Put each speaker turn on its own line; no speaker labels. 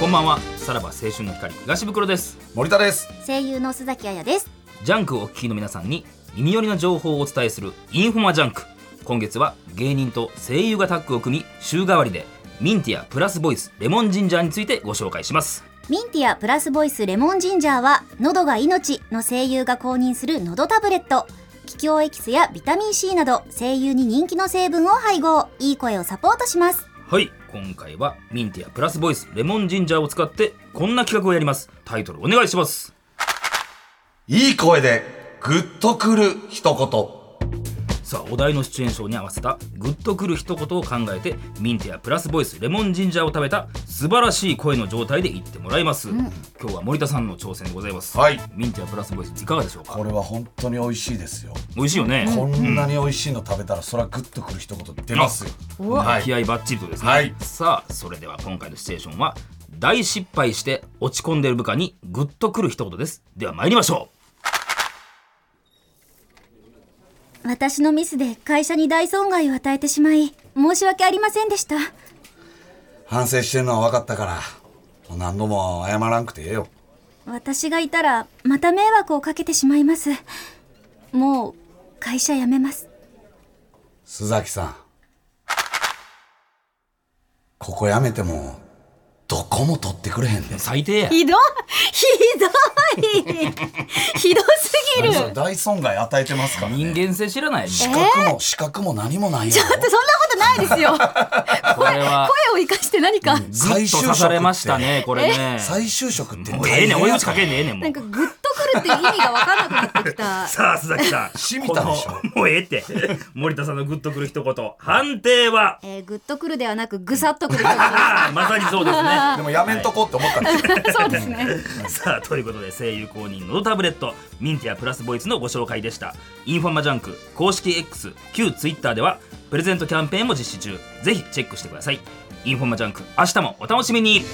こんばんはさらば青春の光東袋です
森田です
声優の須崎彩です
ジャンクをお聞きの皆さんに耳寄りな情報をお伝えするインフォマジャンク今月は芸人と声優がタッグを組み週替わりでミンティアプラスボイスレモンジンジャーについてご紹介します
ミンティアプラスボイスレモンジンジャーは喉が命の声優が公認する喉タブレット気境エキスやビタミン C など声優に人気の成分を配合いい声をサポートします
はい今回はミンティアプラスボイスレモンジンジャーを使ってこんな企画をやりますタイトルお願いします
いい声でグッとくる一
さあお題のシチュエーションに合わせたグッとくる一言を考えてミンティアプラスボイスレモンジンジャーを食べた素晴らしい声の状態で言ってもらいます、今日は森田さんの挑戦でございます、
はい
ミンティアプラスボイスいかがでしょうか
これは本当に美味しいですよ、
美味しいよね、
こんなに美味しいの食べたらそらグッとくる一言出ますよ、は
気
い、
合バッチリとですね、
はい
さあそれでは今回のシチュエーションは大失敗して落ち込んでる部下にグッとくる一言ですでは参りましょ
私のミスで会社に大損害を与えてしまい申し訳ありませんでした
反省してるのは分かったからもう何度も謝らんくてええよ
私がいたらまた迷惑をかけてしまいますもう会社辞めます
須崎さんここやめてもどこも取ってくれへんで
う最低や
ひどひどいひどすぎる
それ大損害与えてますか ら
人
ね
間性知らない
資格も資格も何もないやろ
そんなことないですよ。
これは
声を生かして何か、
グッと刺されましたねこれね
再就職って
もうええねん追い打ちかけん
ん
ねええねんも
なん
う
かグッとくるっていう意味が分からなくなってきた。
さあ須崎さ ん
しみたでしょ
このもうええって森田さんのグッとくる一言判定は
えー、グッとくるではなく、ぐさっとくる。
ああまさにそうですね
でもやめんとこうって思ったんですよ
そうですね。
さあということで声優公認のタブレットミンティアプラスボイスのご紹介でしたインフォマジャンク公式 X 旧 Twitter ではプレゼントキャンペーンも実施中ぜひチェックしてくださいインフォマジャンク明日もお楽しみに